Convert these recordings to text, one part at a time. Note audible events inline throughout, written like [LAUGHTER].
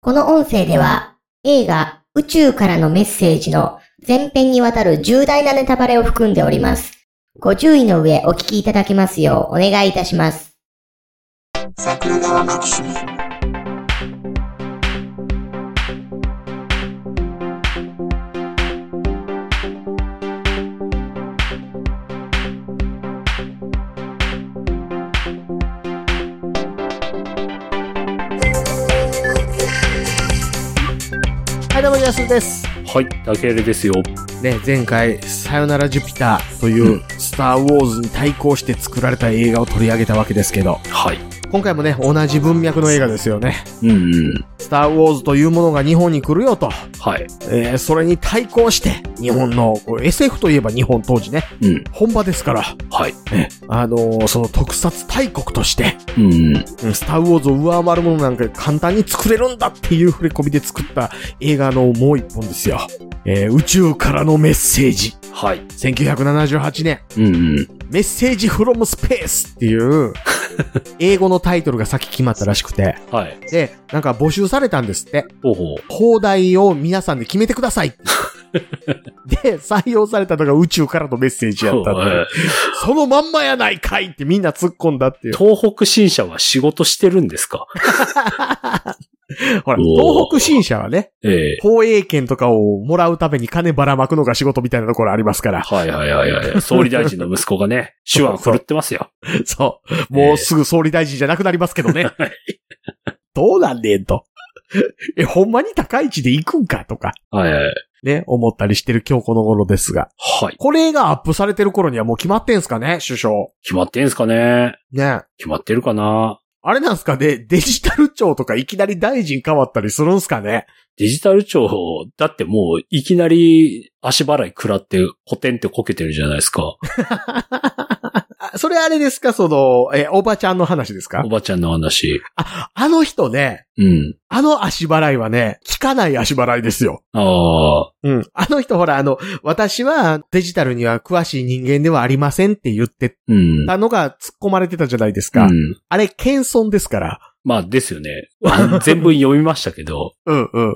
この音声では映画宇宙からのメッセージの前編にわたる重大なネタバレを含んでおります。ご注意の上お聞きいただけますようお願いいたします。桜川マキシムはい、どうも、ジャスです。はい、だけれですよ。ね、前回、さよならジュピターという、スター・ウォーズに対抗して作られた映画を取り上げたわけですけど、はい。今回もね、同じ文脈の映画ですよね。うんうん。スター・ウォーズというものが日本に来るよと、はい。えー、それに対抗して、日本の、これ SF といえば日本当時ね、うん。本場ですから、はい。あのー、その特撮大国として、うんうん。うんスター・ウォーズを上回るものなんか簡単に作れるんだっていう触れ込みで作った映画のもう一本ですよ。えー、宇宙からのメッセージ。はい。 1978年、うんうん。メッセージフロムスペースっていう、英語のタイトルが先決まったらしくて、はい。で、なんか募集されたんですって。ほうほう。放題を皆さんで決めてくださいって。で、採用されたのが宇宙からのメッセージやったっていう。そのまんまやないかいってみんな突っ込んだっていう。東北新社は仕事してるんですかほら、おー東北新社はね、え [LAUGHS] え放映権とかをもらうために金ばらまくのが仕事みたいなところありますから。はいはいはいはい。総理大臣の息子が [LAUGHS] ね、手腕振るってますよ。そう。もうすぐ総理大臣じゃなくなりますけど [LAUGHS] ね。どうなんねんと。え、ほんまに高い位置で行くんかとか、はいはい。ね、思ったりしてる今日この頃ですが。はい。これがアップされてる頃にはもう決まってんすかね、首相。決まってんすかねね。決まってるかなあれなんすかね、デジタル庁とかいきなり大臣変わったりするんすかね。デジタル庁、だってもう、いきなり足払い食らって、コテンってこけてるじゃないですか。あそれあれですか、その、え、おばちゃんの話ですかおばちゃんの話。あ、あの人ね、うん。あの足払いはね、効かない足払いですよ。ああ。うん。あの人ほら、あの、私はデジタルには詳しい人間ではありませんって言ってうん。たのが突っ込まれてたじゃないですうか。ん。あれ、謙遜ですから。まあ、ですよね。 [LAUGHS] あの全文読みましたけど、うんうんうん。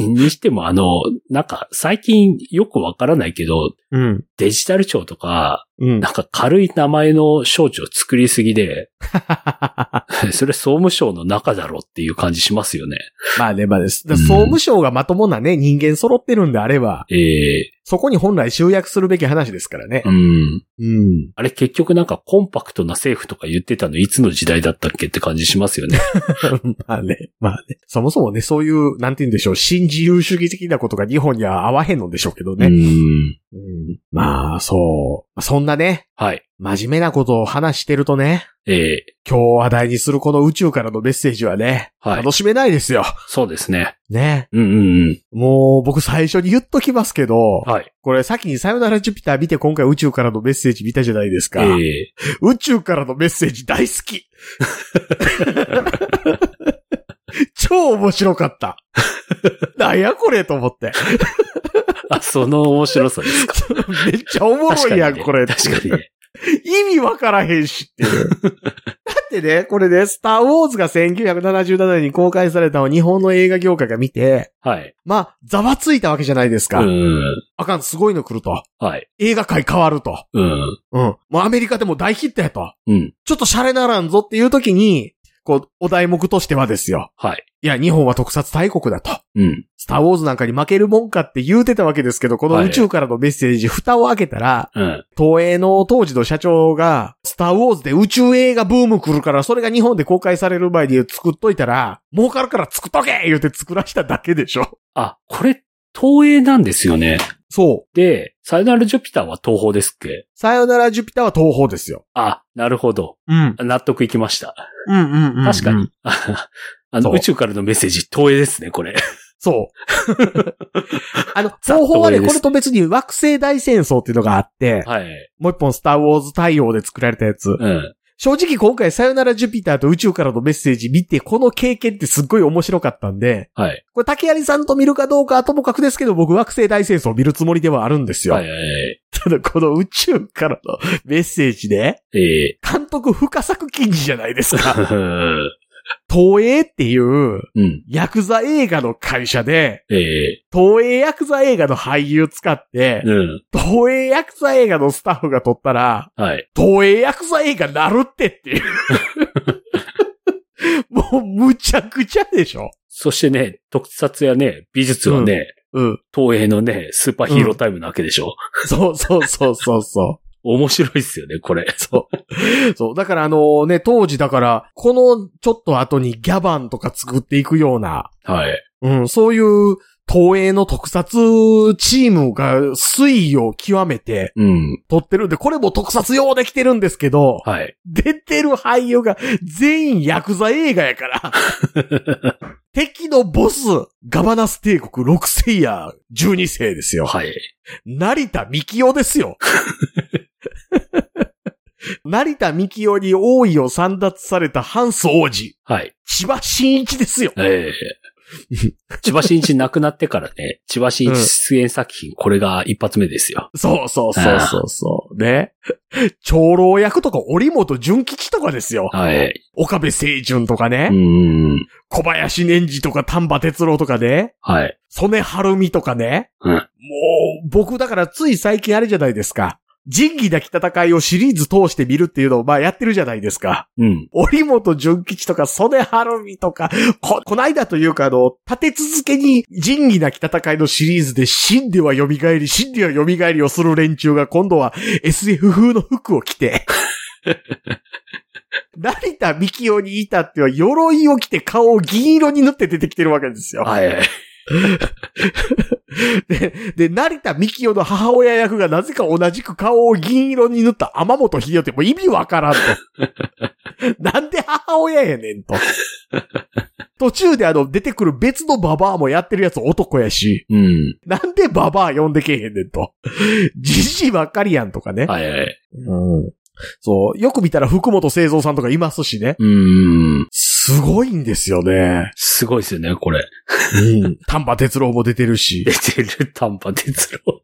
に、にしてもあの、なんか最近よくわからないけど、うん。デジタル庁とか、 [LAUGHS] うん。なんか軽い名前の省庁作りすぎで、 [LAUGHS] それ総務省の中だろっていう感じしますよね。まあね、まあです。うだん総務省がまともなね、人間揃ってるんであれば、ええそこに本来集約するべき話ですからね。うん。うん。あれ結局なんかコンパクトな政府とか言ってたのいつの時代だったっけって感じしますよね。 [LAUGHS] まあね、まあね。そもそもね、そういう、なんて言うんでしょう、新自由主義的なことが日本には合わへんのでしょうけど [LAUGHS] うね。ん。うん、まあ、そう。そんなね、はい。真面目なことを話してるとね、ええ今日話題にするこの宇宙からのメッセージはね、はい楽。しめないですよ。そうですね。ね。うんうんうん。もう僕最初に言っときますけど、はい。これ先にさよならジュピター見て今回宇宙からのメッセージ見たじゃないですか。ええ宇宙からのメッセージ大好 [LAUGHS] き超面白かった。なんやこれと思って。あ、その面白さです [LAUGHS] か。めっちゃおもろ確かいにやん、ねこれ。確かにね。意味わからへんしっ [LAUGHS] ていう。だってね、これね、スターウォーズが1977年に公開されたのを日本の映画業界が見て、はい。まあ、ざわついたわけじゃないですうか。ん。あかん、すごいの来ると。はい。映画界変わると。うん。うん。もうアメリカでも大ヒットやと。うん。ちょっとシャレならんぞっていう時に、こう、お題目としてはですよ。はい。いや、日本は特撮大国だと。うん。スターウォーズなんかに負けるもんかって言うてたわけですけど、このはい宇宙からのメッセージ、蓋を開けたら、うん。東映の当時の社長が、スターウォーズで宇宙映画ブーム来るから、それが日本で公開される前に作っといたら、儲かるから作っとけ言うて作らしただけでしょ。あ、これ、東映なんですよね。 [LAUGHS] そう。で、サヨナルジュピターは東宝ですっけさよならジュピターは東方ですよ。あ、なるほど。うん。納得いきました。 [LAUGHS] うんうんうん。確かに。。あその、う宇宙からのメッセージ、東映ですね、これ。 [LAUGHS] そう。 [LAUGHS] あの、東方はね、これと別に惑星大戦争っていうのがあって、はい。もう一本スターウォーズ対応で作られたやつ。うん。正直今回さよならジュピターと宇宙からのメッセージ見て、この経験ってすっごい面白かったんで、はい。これ竹谷さんと見るかどうかはともかくですけど、僕惑星大戦争を見るつもりではあるんですよ。はいはいはい。ただこの宇宙からのメッセージで、え [LAUGHS] 監督深作禁止じゃないですか。ー東映っていう、うん。ヤクザ映画の会社で、ええ東映ヤクザ映画の俳優使って、うん。東映ヤクザ映画のスタッフが撮ったら、はい。東映ヤクザ映画なるってって [LAUGHS] いう。 [LAUGHS] もう、むちゃくちゃでしょそしてね、特撮やね、美術はね、うん。東映のね、スーパーヒーロータイムなわけでしょ、そうそうそうそうそ。面白いっすよね、これ。 [LAUGHS] そう [LAUGHS] そう。だからあのね、当時だから、このちょっと後にギャバンとか作っていくような、う。はい。うん、そういう東映の特撮チームが推移を極めてうん。撮ってるんで、これも特撮用できてるんですけど、はい。出てる俳優が全員ヤクザ映画やから。敵のボス、ガバナス帝国6世や12世ですよ。はい。成田幹夫ですよ。 [LAUGHS] 成田幹夫に王位を散奪されたハンス王子、はい。千葉真一ですよ。ええ千葉真一亡くなってから [LAUGHS] ね、千葉真一出演作品、これが一発目ですよ。そうそうそうそうそう。ね。長老役とか、折本純吉とかですよ。はい。岡部清純とかねう。ん。小林年次とか丹波哲郎とかね。はい。曽根晴美とかね。うんもう、僕だからつい最近あれじゃないですか。仁義なき戦いをシリーズ通して見るっていうのをまあやってるじゃないですか。うん。折本純吉とか、曽根晴美とか、こ、こないだというかあの、立て続けに仁義なき戦いのシリーズで死んでは蘇り、死んでは蘇りをする連中が今度は SF 風の服を着て、成田幹雄に至っては鎧を着て顔を銀色に塗って出てきてるわけですよ。はい。で、で、成田幹夫の母親役がなぜか同じく顔を銀色に塗った天本秀夫ってもう意味わからんと。なんで母親やねんと。途中であの、出てくる別のババアもやってるやつ男やし、うん。なんでババア呼んでけえへんねんと。じじいばっかりやんとかね。はいはい。うんそう、よく見たら福本清三さんとかいますしね。うん。すごいんですよね。すごいですよね、これ。うん。丹波哲郎も出てるし。出てる丹波哲郎。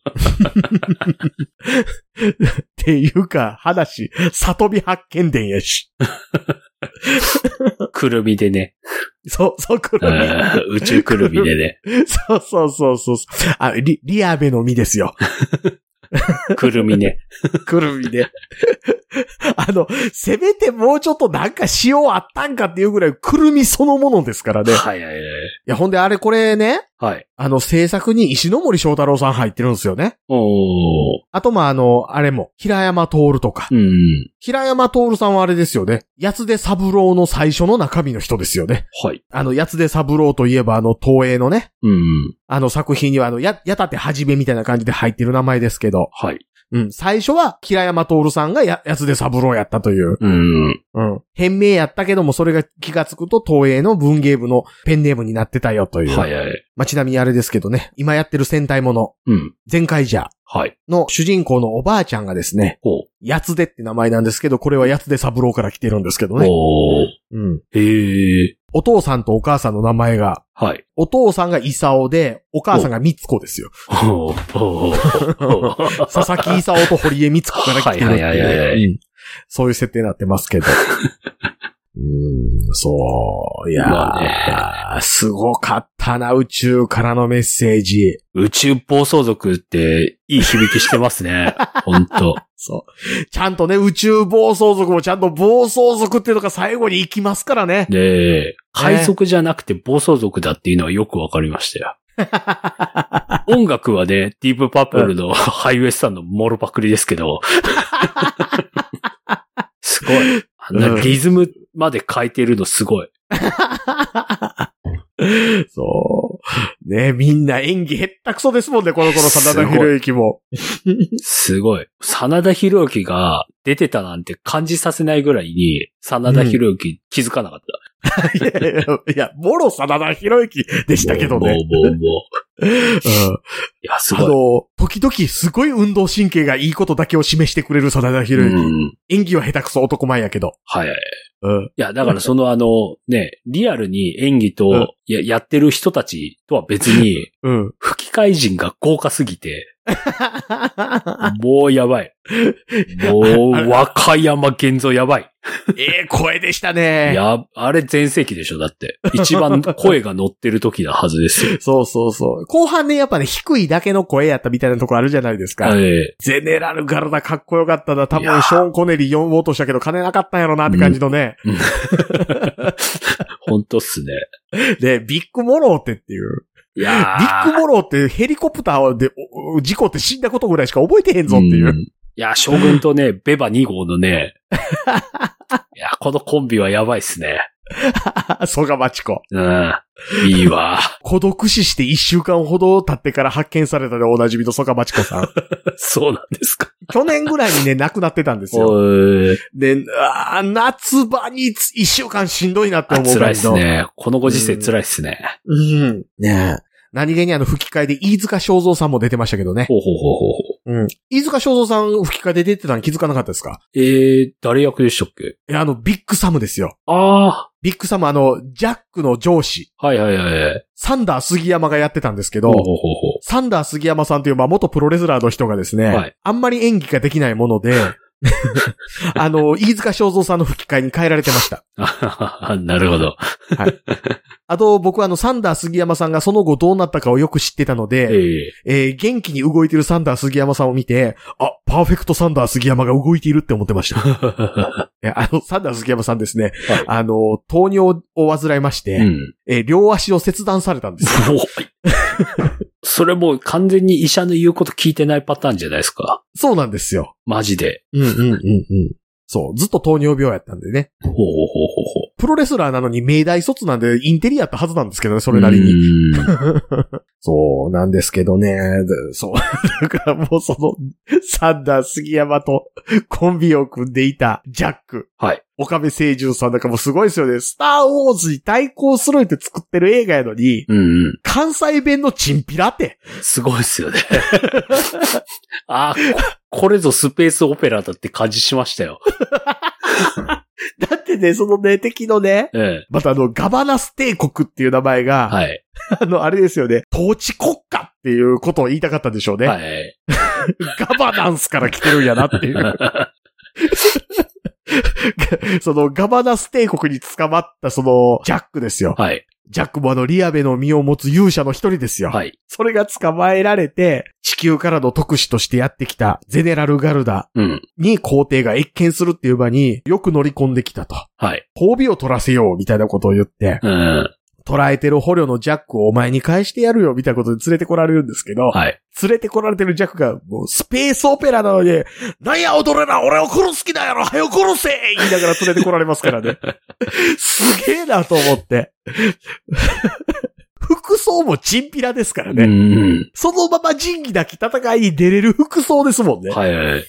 [LAUGHS] っていうか、話、里見発見伝やし。くるみでね。そう、 [LAUGHS] そうくうるん宇宙くるみでね。み。そうそうそうそう。あ、リ、リアベの実です [LAUGHS] よ。くるみね。 [LAUGHS] くるみで。あの、せめてもうちょっとなんか塩あったんかっていうぐらい、くるみそのものですからね。い [LAUGHS] はいはいはい。や、ほんであれこれね、はい。あの、制作に石ノ森章太郎さん入ってるんですよね。おー。あと、まあ、あの、あれも、平山徹とか。うん。平山徹さんはあれですよね。八つで三郎の最初の中身の人ですよね。はい。あの、八つで三郎といえば、あの、東映のね、うん。あの作品には、あの、や、やたてはじめみたいな感じで入ってる名前ですけど、はい。うん、最初は、平山徹さんがや、やつで三郎やったという、うん。うん、変名やったけども、それが気がつくと、東映の文芸部のペンネームになってたよという。はいはい。まあ、ちなみにあれですけどね、今やってる戦隊もの、うん。全開じゃはい。の主人公のおばあちゃんがですね、ほう。やつでって名前なんですけど、これはやつで三郎から来てるんですけどね。おー。うん。へえ。お父さんとお母さんの名前が、はい。お父さんがイサオで、お母さんがミツコですよ。ほう。ほう。佐々木勲と堀江光子から来てるってはいはいはいはいはいいううん。そういう設定になってます [LAUGHS] けど。うん、そう。いやー、ますごかったな、宇宙からのメッセージ。宇宙暴走族って、いい響きしてますね。ほんと。そう。ちゃんとね、宇宙暴走族もちゃんと暴走族っていうのが最後に行きますからね。で、海賊じゃなくて暴走族だっていうのはよくわかりましたよ。音楽はね、ディープパープルのハイウェイスタンのモロパクリですけど。すごい。あんなリズムまで変えてるのすごい。そう。ね、みんな演技へったくそですもんね、この頃、真田広之も。すごい。真田広之が出てたなんて感じさせないぐらいに、真田広之気づかなかっ。いやいや、いや、もろ真田広之でしたたけどもうね。もうもう。うんいや、すあごい。の、時々すごい運動神経がいいことだけを示してくれる真田う広之。ん。演技は下手くそ男前やけど。はい。うん。いや、だからそのあの、ね、リアルに演技と、うん [LAUGHS] ややってる人たちとは別に、 [LAUGHS] うん。吹き替え人が豪華すぎて、もうやばい。もう、和歌山玄三やばい。 [LAUGHS] ええ声でしたね。や、あれ全盛期でしょ、だって。一番声が乗ってる時なはずです [LAUGHS] よ。そうそうそう。後半ね、やっぱね、低いだけの声やったみたいなとこあるじゃないですか。えゼネラルガルダかっこよかったな。多いや分、ーショーン・コネリー4おうとしたけど、金なかったんやろなって感じのね。えほんとっすね。で、ビッグ・モローってっていう。いやビッグ・モローってヘリコプターでおお事故って死んだことぐらいしか覚えてへんぞって [LAUGHS] いう。んいや、将軍とね、 [LAUGHS] ベバ2号のね、いや、このコンビはやばいっすね。曽我町子。うん。いいわ。 [LAUGHS] 孤独死して1週間ほど経ってから発見されたでおなじみの曽我町子さん。 [LAUGHS] そうなんですか。去年ぐらいにね、亡くなってたんですよ。おーで、あー夏場に1週間しんどいなってあ思う感じの辛いっすね。このご時世辛いっすね。うん。ねえ何気にあの吹き替えで飯塚正蔵さんも出てましたけどね。ほうほうほうほうほう。うん。飯塚正蔵さん吹き替えで出てたの気づかなかったですかえー、誰役でしたっけいや、あの、ビッグサムですよ。あビッグサム、あの、ジャックの上司、あ、はいはいはいはい。サンダー杉山がやってたんですけほどう、ほうほうほう。サンダー杉山さんという、まあ、元プロレスラーの人がですね、はいあんまり演技ができないもので、あの、飯塚正蔵さんの吹き替えに変えられてました。あははなるほど。あと、僕はあの、サンダー杉山さんがその後どうなったかをよく知ってたのえで、ええー元気に動いてるサンダー杉山さんを見て、あ、パーフェクトサンダー杉山が動いているって思ってました。いやあの、サンダー杉山さんですね、はいあの、糖尿を患いまして、うん。えー両足を切断されたんですよ。おい [LAUGHS] それもう完全に医者の言うこと聞いてないパターンじゃないですか。そうなんですよ。マジで。うんうんうんうん。そう、ずっと糖尿病やったんでね。ほうほうほうほうほう。プロレスラーなのに明大卒なんでインテリやったはずなんですけどね、それなりに。に。そうなんですけどね。でそう。 [LAUGHS] だからもうその、サンダー杉山とコンビを組んでいたジャック。はい。岡部誠純さんなんかもうすごいですよね。スターウォーズに対抗するって作ってる映画やのに、うんうん。関西弁のチンピラって。すごいっすよね。 [LAUGHS] あここれぞスペースオペラだって感じしましたよ。だってね、そのね、敵のね、ええ。またあの、ガバナス帝国っていう名前が、はい。あの、あれですよね、統治国家っていうことを言いたかったんでしょうね。はい。 [LAUGHS] ガバナンスから来てるんやなっていう。そのガバナス帝国に捕まったそのジャックですよ。はい。ジャックもあのリアベの身を持つ勇者の一人ですよ。はい。それが捕まえられて、地球からの特使としてやってきたゼネラルガルダうん。に皇帝が越見するっていう場によく乗り込んできたと。はい。褒美を取らせようみたいなことを言って、うん。捕らえてる捕虜のジャックをお前に返してやるよみたいなことで連れてこられるんですけど、はい。連れてこられてるジャックが、もうスペースオペラなのに、なんや踊れな、俺を殺す気だやろ、早く殺せ言いながら連れてこられますからね。すげえなと思って。服装もチンピラですからうんね。うん。そのまま仁義なき戦いに出れる服装ですもんね。はいはい。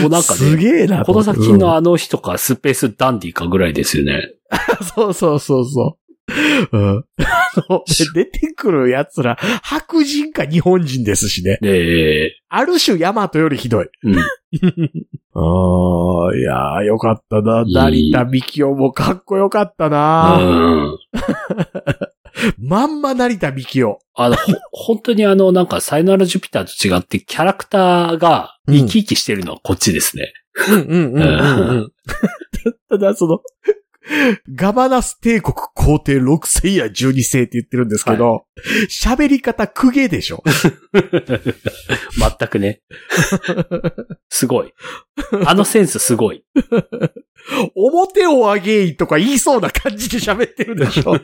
もうなんかすね、げえなとこ思のって先のあの人かスペースダンディかぐらいですよね。そうそうそうそう。うん。あの、で [LAUGHS] 出てくる奴ら、白人か日本人ですしね。で、ある種ヤマトよりひどい。 [LAUGHS] うん。ああ、いやー、よかったな。いい成田美紀夫もかっこよかったな。うん。まんま成田美紀夫。あの、ほ [LAUGHS] 本当にあの、なんか、サイナルジュピターと違って、キャラクターがうん生き生きしてるのはこっちですね。うんうん。うんうんうん [LAUGHS] ただ、その、ガバナス帝国皇帝6世や12世って言ってるんですけど、喋、り方公家でし [LAUGHS] ょ。全くね。すごい。あのセンスすごい。表をあげいとか言いそうな感じで喋ってるでしょ。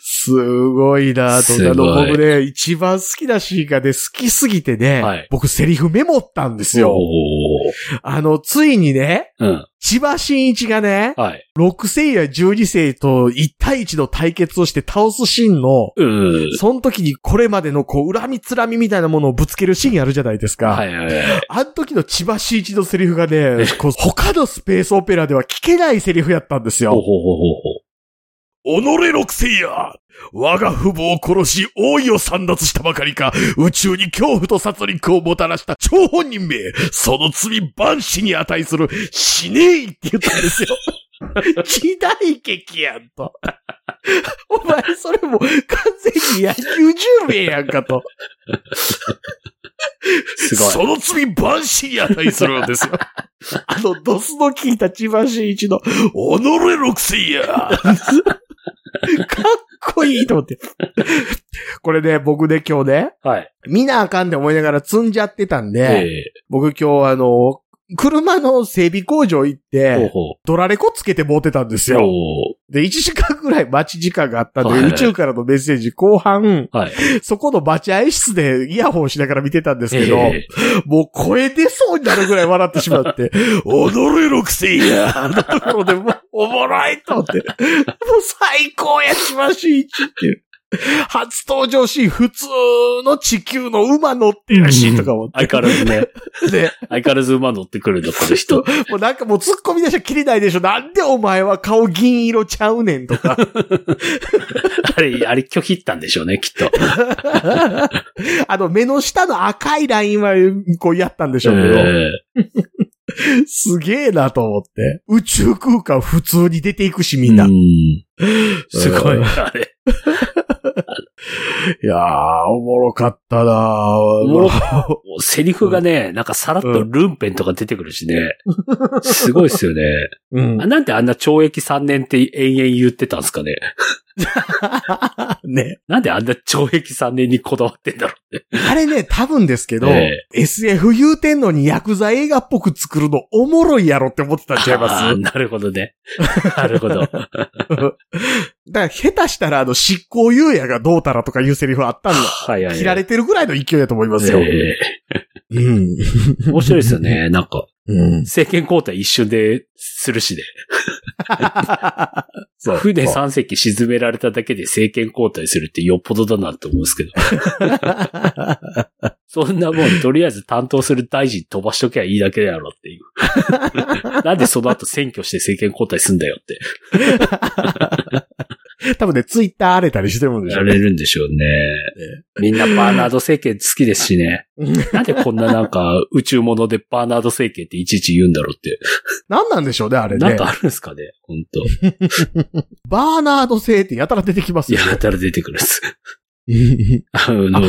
すごいなと。すごいあの、僕ね、一番好きなシーンがね、好きすぎてね、はい僕セリフメモったんですよ。おーあの、ついにね、うん。千葉真一がね、はい。 6世や12世と1対1の対決をして倒すシーンの、うん。その時にこれまでのこう、恨みつらみみたいなものをぶつけるシーンあるじゃないですか。はいはいはい。あの時の千葉真一のセリフがね、 [LAUGHS] こう他のスペースオペラでは聞けないセリフやったんですほうほよ。うほうほうほ己六世や我が父母を殺し、王位を散奪したばかりか、宇宙に恐怖と殺戮をもたらした張本人名、その罪万死に値する、 [LAUGHS] 死ねえって言ったんですよ。時代劇やんと。 [LAUGHS] お前、それもう完全に野球準備やんかと。すごい。その罪万死に値するんですよ。 [LAUGHS] あの、ドスの効いた千葉真一の、おのれ六千やかっこいいと思って。これね、僕ね、今日ね、はい。見なあかんって思いながら積んじゃってたんで、え僕今日あの、車の整備工場行っえほうて、ほドラレコつけて持ってたんですう。よ。おで、1時間ぐらい待ち時間があったんで、はいはい宇宙からのメッセージ後半、ーはい。そこの待合室でイヤホンしながら見てたんですけど、ええもう声出そうになるぐらい笑ってしまって、踊れ六千やのところでもう、おもろいと思って、もう最高やしましいっていう。初登場シーン、普通の地球の馬乗ってるシーンとかも、相変わらずね、で、相変わらず馬乗ってくるんだ、この人。もうなんかもう突っ込み出しゃ切りないでしょ。なんでお前は顔銀色ちゃうねんとか。あれ、あれ拒否ったんでしょうね、きっと。あの、目の下の赤いラインは、こうやったんでしょうけど。えすげえなと思って。宇宙空間普通に出ていくし、みんえな。ういんすごいあれ。やー、おもろかったなおおもろもうセリフがね、なんかさらっとルンペンとか出てくるしね。すごいっすよね。うんあ。なんであんな懲役3年って延々言ってたんですかね。ね。なんであんな懲役3年にこだわってんだろうって。あれね、多分ですけど、え SF 言うてんのにヤクザ映画っぽく作るのおもろいやろって思ってたんちゃいますあーなるほどね。なるほ [LAUGHS] だど。から下手したらあの執行猶予がどうたらとかいうセリフあったの。はいはい。切られてるぐらいの勢いだと思いますよ。えうん。え [LAUGHS] 面白いですよね。なんか、 [LAUGHS] うん。政権交代一瞬でする [LAUGHS] しね。船3隻沈められただけで政権交代するってよっぽどだなって思うん [LAUGHS] ですけど。そんなもん、とりあえず担当する大臣飛ばしとけばいいだけだろっていう。 [LAUGHS] なんでその後選挙して政権交代すんだよって。多分ね、ツイッター荒れたりしてるんでしやょうれね。るんでしょうね。みんなバーナード政権好きですしね。なんでこんななんか宇宙物でバーナード政権っていちいち言うんだろうって。何なんでしょうね、あれなんね。かあるんです [LAUGHS] かね本当バーナード星ってやたら出てきますよね。やたら出てくるんです。ああの、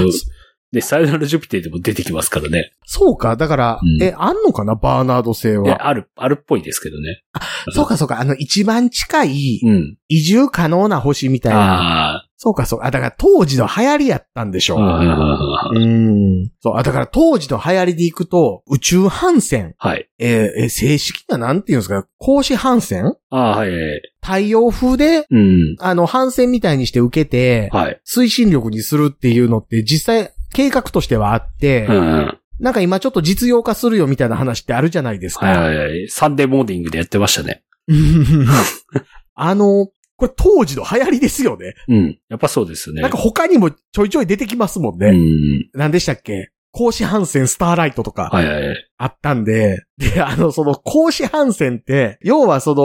で、サヨナラジュピテーでも出てきますからね。そうか、だから、うんえ、あんのかな、バーナード星いやは。ある、あるっぽいですけどね。そうか、そうか、あの、一番近いうん。移住可能な星みたいな。あそうか、そうか、あ、だから当時の流行りやったんでしあょう。あうん。そう、あ、だから当時の流行りでいくと、宇宙帆船、あ、はい。えーえー正式ななんていうんですか、光子帆船ああ、はいはい。太陽風で、うん。あの、帆船みたいにして受けて、はい。推進力にするっていうのって実際、計画としてはあって、うん。なんか今ちょっと実用化するよみたいな話ってあるじゃないですか。はいはいはい。サンデーモーニングでやってましたね。 [LAUGHS] あの、これ当時の流行りですよね。うん。やっぱそうですよね。なんか他にもちょいちょい出てきますもんうね。ん。何でしたっけ甲子帆船スターライトとかはいはいはい。あったんで、で、あの、その甲子帆船って、要はそ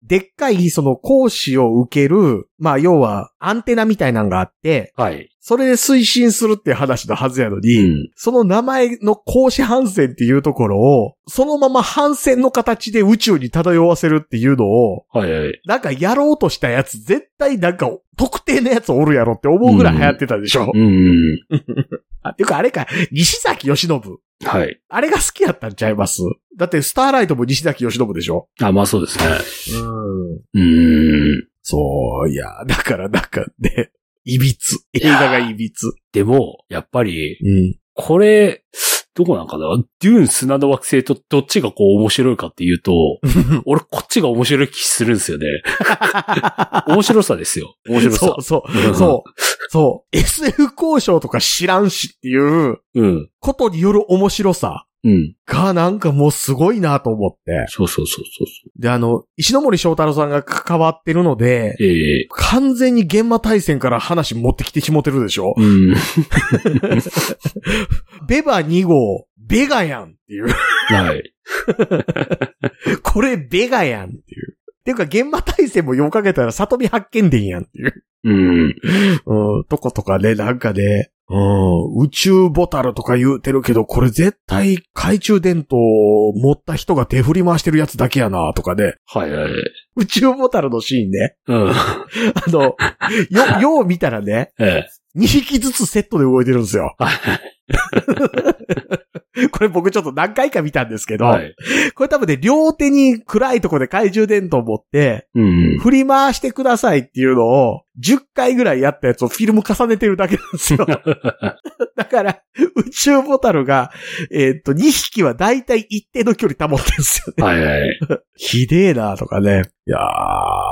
の、でっかいその講師を受ける、まあ要はアンテナみたいなのがあって、はい。それで推進するっていう話のはずやのうに、ん。その名前の格子帆船っていうところを、そのまま帆船の形で宇宙に漂わせるっていうのを、はいはい。なんかやろうとしたやつ、絶対なんか特定のやつおるやろって思うぐらい流行ってたでしょ。うん。あっていうかあれか、西崎義信。はい。あれが好きやったんちゃいますだってスターライトも西崎義信でしょ。あ、まあそうですね。うん。うん。そう、いや、だからなんかね、いびつ。映画がいびつ。でも、やっぱり、うん。これ、どこなんかなデューン砂の惑星とどっちがこう面白いかっていう [LAUGHS] と、俺こっちが面白い気するんですよね。面白さですよ。面白そさう。そうう、んそう、そう。SF 交渉とか知らんしっていううん。ことによる面白さうん。がなんかもうすごいなと思って。そうそうそうそうそで、あの、石ノ森章太郎さんが関わってるので、う。ええ完全に現場対戦から話持ってきてしもてるでしょうん。ベバ2号、ベガやんって [LAUGHS] いう。はい。これベガやんっていう。っていうか、現場対戦も4かけたら里見発見伝やんっていう。うん。うん、とことかね、なんかね、うん、宇宙ボタルとか言うてるけど、これ絶対懐中電灯を持った人が手振り回してるやつだけやな、とかね。はいはい。宇宙ボタルのシーンね。うん。あ [LAUGHS] の、よ、よう見たらね、ええ。 2匹ずつセットで動いてるんです [LAUGHS] よ。これ僕ちょっと何回か見たんですけど、はい。これ多分ね、両手に暗いとこで懐中電灯持って、うんうん。振り回してくださいっていうのを、10回ぐらいやったやつをフィルム重ねてるだけなんです [LAUGHS] よ。だから、宇宙ボタルが、えーっと、2匹はだいたい一定の距離保ってるんですよね。はいはい。ひでえなとかね。いやー、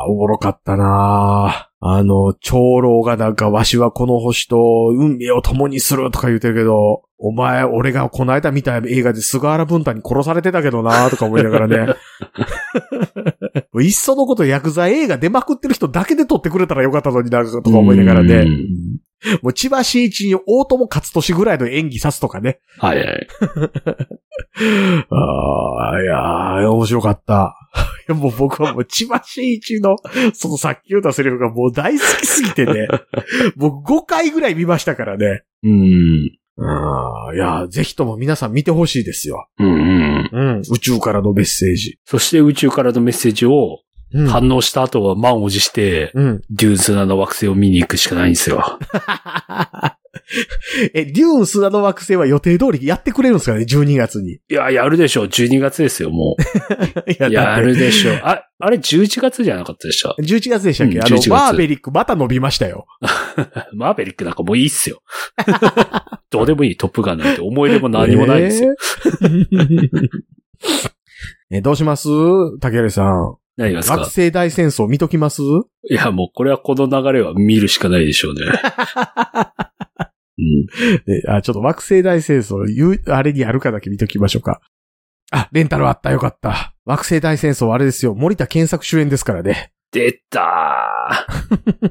おもろかったなあの、長老がなんか、わしはこの星と運命を共にするとか言ってるけど、お前、俺がこの間見た映画で菅原文太に殺されてたけどなとか思いながら [LAUGHS] ね。いっそのこと薬剤映画出まくってる人だけで撮ってくれたらよかったのになとか思いながらうね。んもう千葉真一に大友勝利ぐらいの演技さすとかね。はいはい。 [LAUGHS] ああ、いやー面白かった。 [LAUGHS] いやもう僕はもう、千葉真一の、そのさっき言ったセリフがもう大好きすぎてね。僕5回ぐらい見ましたからね。うん。うん。いやーぜひとも皆さん見てほしいですよ。うんうん。うん。宇宙からのメッセージ。そして宇宙からのメッセージをうん。反応した後は満を持して、うん。デューン砂の惑星を見に行くしかないんで [LAUGHS] すよ。え、デューン砂の惑星は予定通りやってくれるんですかね ?12 月に。いいや、やるでしょう。12月ですよ、も [LAUGHS] やう。やだってるでしょう。あ、あれ11月じゃなかったでした。 11月でしたっけ、うんあ11の、月マーベリックまた伸びましたよ。マーベリックなんかもういいっ [LAUGHS] すよ。どうでもいいトップガンなんて思い出も何もないんですよ。 [LAUGHS] えーえどうします竹原さん。何がです学か生大戦争見ときますいや、もうこれはこの流れは見るしかないでしょうね。うん、えあ、ちょっと惑星大戦争、ゆあれにあるかだけ見ときましょうか。あ、レンタルあった、よかった。惑星大戦争はあれですよ。森田健作主演ですからね。 [LAUGHS] 出た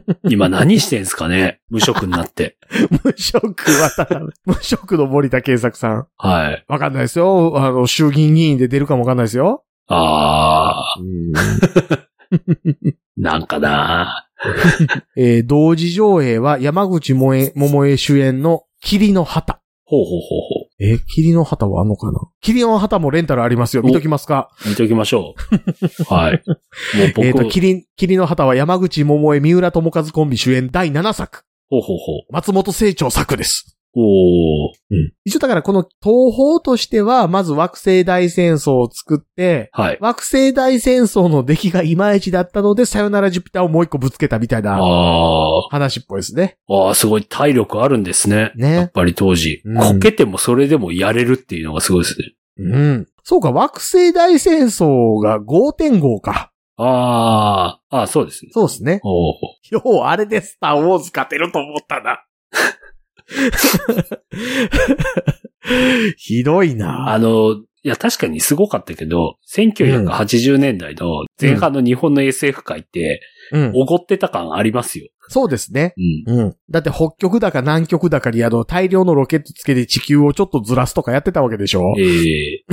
ー今何してんすかね無職になって。無職渡辺、 [LAUGHS] 無職の森田健作さん。はい。わかんないですよ。あの、衆議院議員で出るかもわかんないですよ。あうんー、なんかな [LAUGHS] えー同時上映は山口萌え桃江主演の霧の旗。ほうほうほえ、霧の旗はあんのかな霧の旗もレンタルありますよ。見ときますか。うほう。見ておきましょ [LAUGHS] う。はい。もう僕、えっ、と、霧、霧の旗は山口桃江三浦友和コンビ主演第7作。ほうほうほう。松本清張作です。おー、一応だからこの東宝としては、まず惑星大戦争を作って、はい。惑星大戦争の出来がいまいちだったので、さよならジュピターをもう一個ぶつけたみたいあなー、話っぽいですね。あーすごい体力あるんですね。やねっ。ぱり当時。うんこけてもそれでもやれるっていうのがすごいですね。うん。そうか、惑星大戦争が5.5か。あー、あーそうですね。そうですね。おーよう、あれでスターウォーズ勝てると思ったな。 [LAUGHS] ひどいな。あの、いや、確かにすごかったけど、1980年代の前半の日本の SF 界って、うん。おごってた感ありますよ。そうですね。うん。うん。だって北極だか南極だかにあの大量のロケットつけて地球をちょっとずらすとかやってたわけでしょええ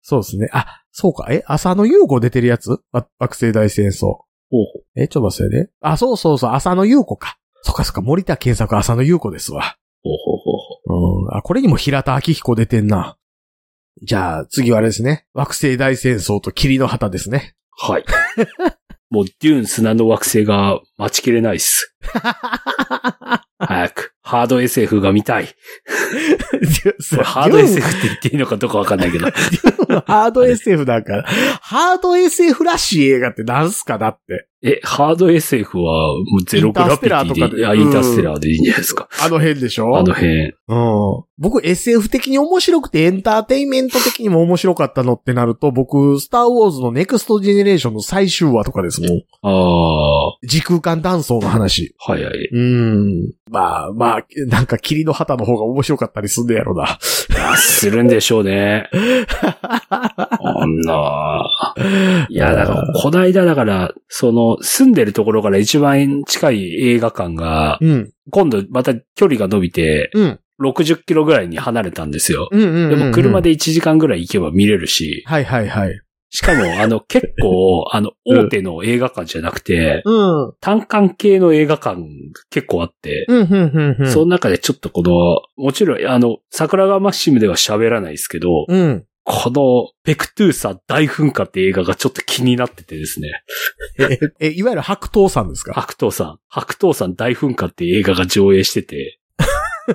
そうですね。あ、そうか。え、朝の優子出てるやつわ惑星大戦争。ほうえ、ちょっと待ってね。あ、そうそうそう、朝の優子か。そっかそっか、森田健作朝の優子ですわ。ほうほうほうほうん。あ、これにも平田明彦出てんな。じゃあ、次はあれですね。惑星大戦争と霧の旗です [LAUGHS] ね。う。はい。 [LAUGHS] もう、デューン砂の惑星が待ちきれないっ [LAUGHS] す。早く、ハード SF が見たい。これハード SF って言っていいのかどうかわかんないけど。ハード SF だから。ハード SF らしい映画ってなんすかだって。 [LAUGHS] え、ハード SF は、もうゼログラフイィンターステテラーとィかで、でいやインターステラーでいいんじゃないですか。あの辺でしょあの辺。うん。僕 SF 的に面白くてエンターテインメント的にも面白かったのってなると、僕、スターウォーズのネクストジェネレーションの最終話とかですもん。ああ、は時空間断層の話。いはい。うん。まあまあ、なんか霧の旗の方が面白かったりすんねやろな。あするんでしょうね。あんな。いや、だから、こないだだから、その、住んでるところから一番近い映画館が、うん。今度また距離が伸びて、うん。 60キロぐらいに離れたんですよ。うんうんうん、でも車で。で1時間ぐらい行けば見れるし、はいはいはい。しかも、あの、結構、あの、大手の映画館じゃなくて、うん。うん、単館系の映画館結構あって、うん、うん、うん。その中でちょっとこの、もちろん、あの、桜川マキシムでは喋らないですけど、うん。この、ペクトゥーサ大噴火って映画がちょっと気になっててですね。え、え、いわゆる白桃さんです [LAUGHS] か白桃さん、白桃さん大噴火って映画が上映し [LAUGHS] てて、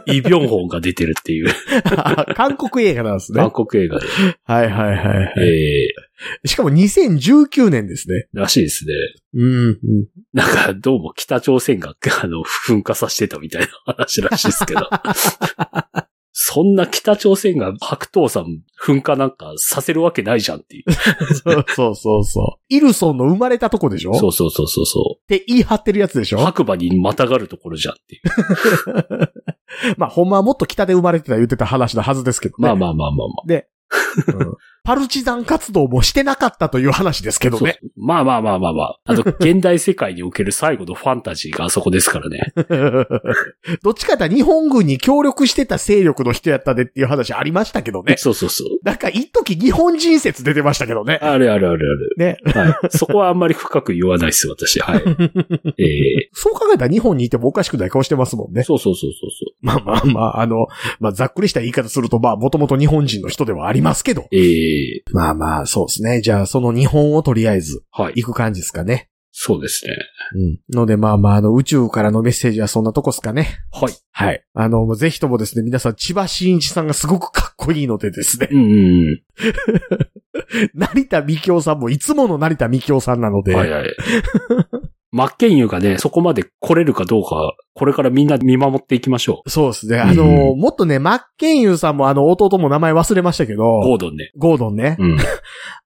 イ・ビョンホンが出てるっていう、韓国映画なんですね。韓はい国映画で、はいはいはえい。しかも2019年ですね。ー、らしいですね。 [LAUGHS] うん、なんか、どうも北朝鮮が、 [LAUGHS] あの、噴火させてたみたいな話らしいです [LAUGHS] けど。そんな北朝鮮が白桃さん噴火なんかさせるわけないじゃんっていう。そうそうそうそう。イルソンの生まれたとこでしょそうっそうそうそうそて言い張ってるやつでしう。ょ白馬にまたがるところじゃんっていう。まあ、ほんまはもっと北で生まれてた言ってた話のはずですけどね。まあまあまあまあまうあ。んパルチザン活動もしてなかったという話ですけどね。そうまあまあまあまあまあ。 [LAUGHS] あの、現代世界における最後のファンタジーがあそこですからね。 [LAUGHS] どっちかって日本軍に協力してた勢力の人やったでっていう話ありましたけどね。そうそうそう。なんか一時日本人説出てましたけどね。あるあるあるね。ある。はい。そこはあんまり深く言わないです、私。 [LAUGHS] はい。えそう考えたら日本にいてもおかしくない顔してますもんーね。そうそうそうそうそまあまあまあ、あの、まあざっくりした言い方するとまあもともと日本人の人ではありますけど。う。えまあまあ、そうですね。じゃあその日本をとりあえずー、はい。行く感じですかね。そうですね。うん。のでまあまあ、あの宇宙からのメッセージはそんなとこですかね。はい。はい。あの、もうぜひともですね、皆さん、千葉真一さんがすごくかっこいいのでですね、うんうん成田美京さんもいつもの成田美京さんなのうで、ん。はいはい。マッケンユーがね、そこまで来れるかどうか、これからみんな見守っていきましょそうですね。あの、もっとね、マッケンユーさんもあの、弟も名前忘れましたけど、う。ゴードンね。ゴードンね。うん。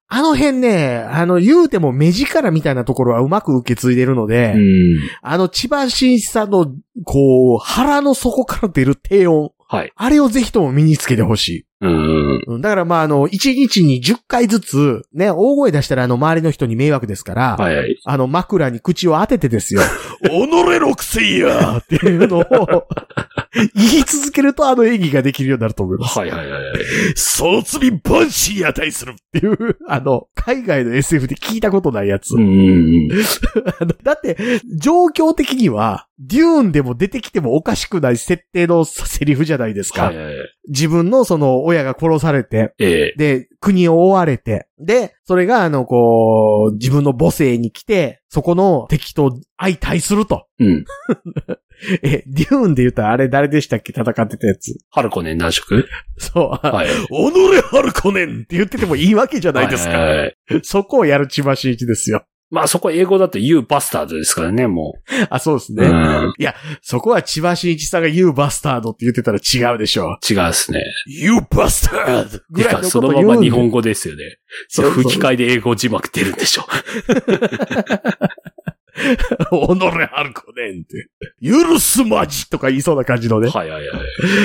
あの辺ね、あの、言うても目力みたいなところはうまく受け継いでるので、うん。あの、千葉真一さんの、こう、腹の底から出る低音。はい。あれをぜひとも身につけてほしい。うん。うんだからまあ、あの、1日に10回ずつ、ね、大声出したらあの、周りの人に迷惑ですから、はいはい。あの、枕に口を当てて [LAUGHS] ですよ、己のくせやっていうのを、言い続けるとあの演技ができるようになると思います。はいはいはいはい。その罪、バンシーに値するっていう、あの、海外の SF で聞いたことないやつ。うんうんうん。あのだって、状況的には、デューンでも出てきてもおかしくない設定のセリフじゃないですか。はいはいはい。自分のその、親が殺されて、ええで、国を追われて、で、それが、あの、こう、自分の母性に来て、そこの敵と相対すると。うん。え、デューンで言ったらあれ誰でしたっけ戦ってたやつ。ハルコネ男色そう。はい。おのれハルコネンって言っててもいいわけじゃないですはいはいか。はいそこをやる千葉真一ですよ。まあそこ英語だと You Bastard ですからね、もあ、そうですう。ね。うん。そこは千葉真一さんが You Bastard って言ってたら違うでしょう。違うですね。 You Bastard! ぐてらいのか、こそとの言まうんでま日本語ですよね。そうそう吹き替えで英語字幕出るんでしょ。おのれハルコネンって。許すまじとか言いそうな感じのね。はいはいはい。う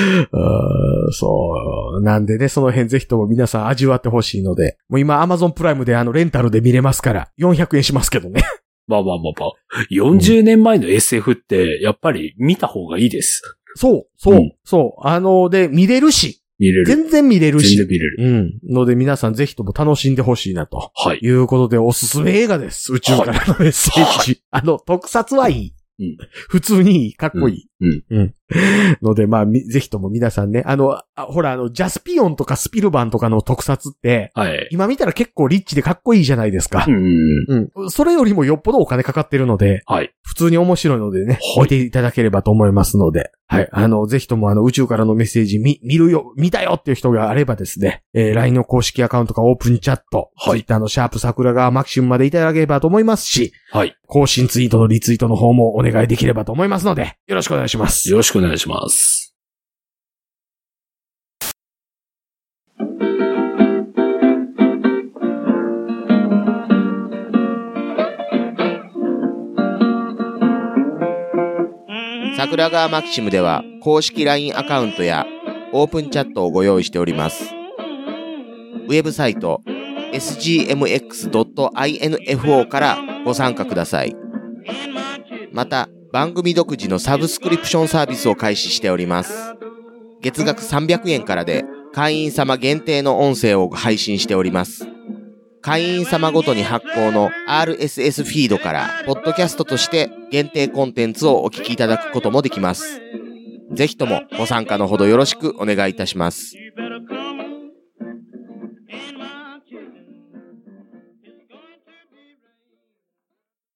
ーんそう。なんでね、その辺ぜひとも皆さん味わってほしいので。もう今、アマゾンプライムであの、レンタルで見れますから、400円しますけどね。まあまあまあまあ。40年前の SF って、やっぱり見た方がいいです。そう、そう、うんそう。あの、で、見れるし、見れる。全然見れる全し然。見れる。うん。ので、皆さんぜひとも楽しんでほしいな、とはい。いうことで、おすすめ映画です。宇宙からのメッセージ。はあの、特撮はいい。うん普通にいい、かっこいい。うんうんので、まあ、みぜひとも皆さんね、あの、あほら、あの、ジャスピオンとかスピルバンとかの特撮って、はい。今見たら結構リッチでかっこいいじゃないですかう。ん。うん。それよりもよっぽどお金かかってるので、はい。普通に面白いのでね、はい見ていただければと思いますので、はい。あの、ぜひともあの、宇宙からのメッセージ見、見るよ、見たよっていう人があればですね、えー LINE の公式アカウントかオープンチャット、はい Twitter のシャープ桜川マキシムまでいただければと思いますし、はい。更新ツイートのリツイートの方もお願いできればと思いますので、よろしくお願いします。よろしくお願いします。桜川マキシムでは公式 LINE アカウントやオープンチャットをご用意しております。ウェブサイト sgmx.info からご参加ください。また、番組独自のサブスクリプションサービスを開始しております。月額300円からで会員様限定の音声を配信しております。会員様ごとに発行の RSS フィードから、ポッドキャストとして限定コンテンツをお聞きいただくこともできます。ぜひともご参加のほどよろしくお願いいたします。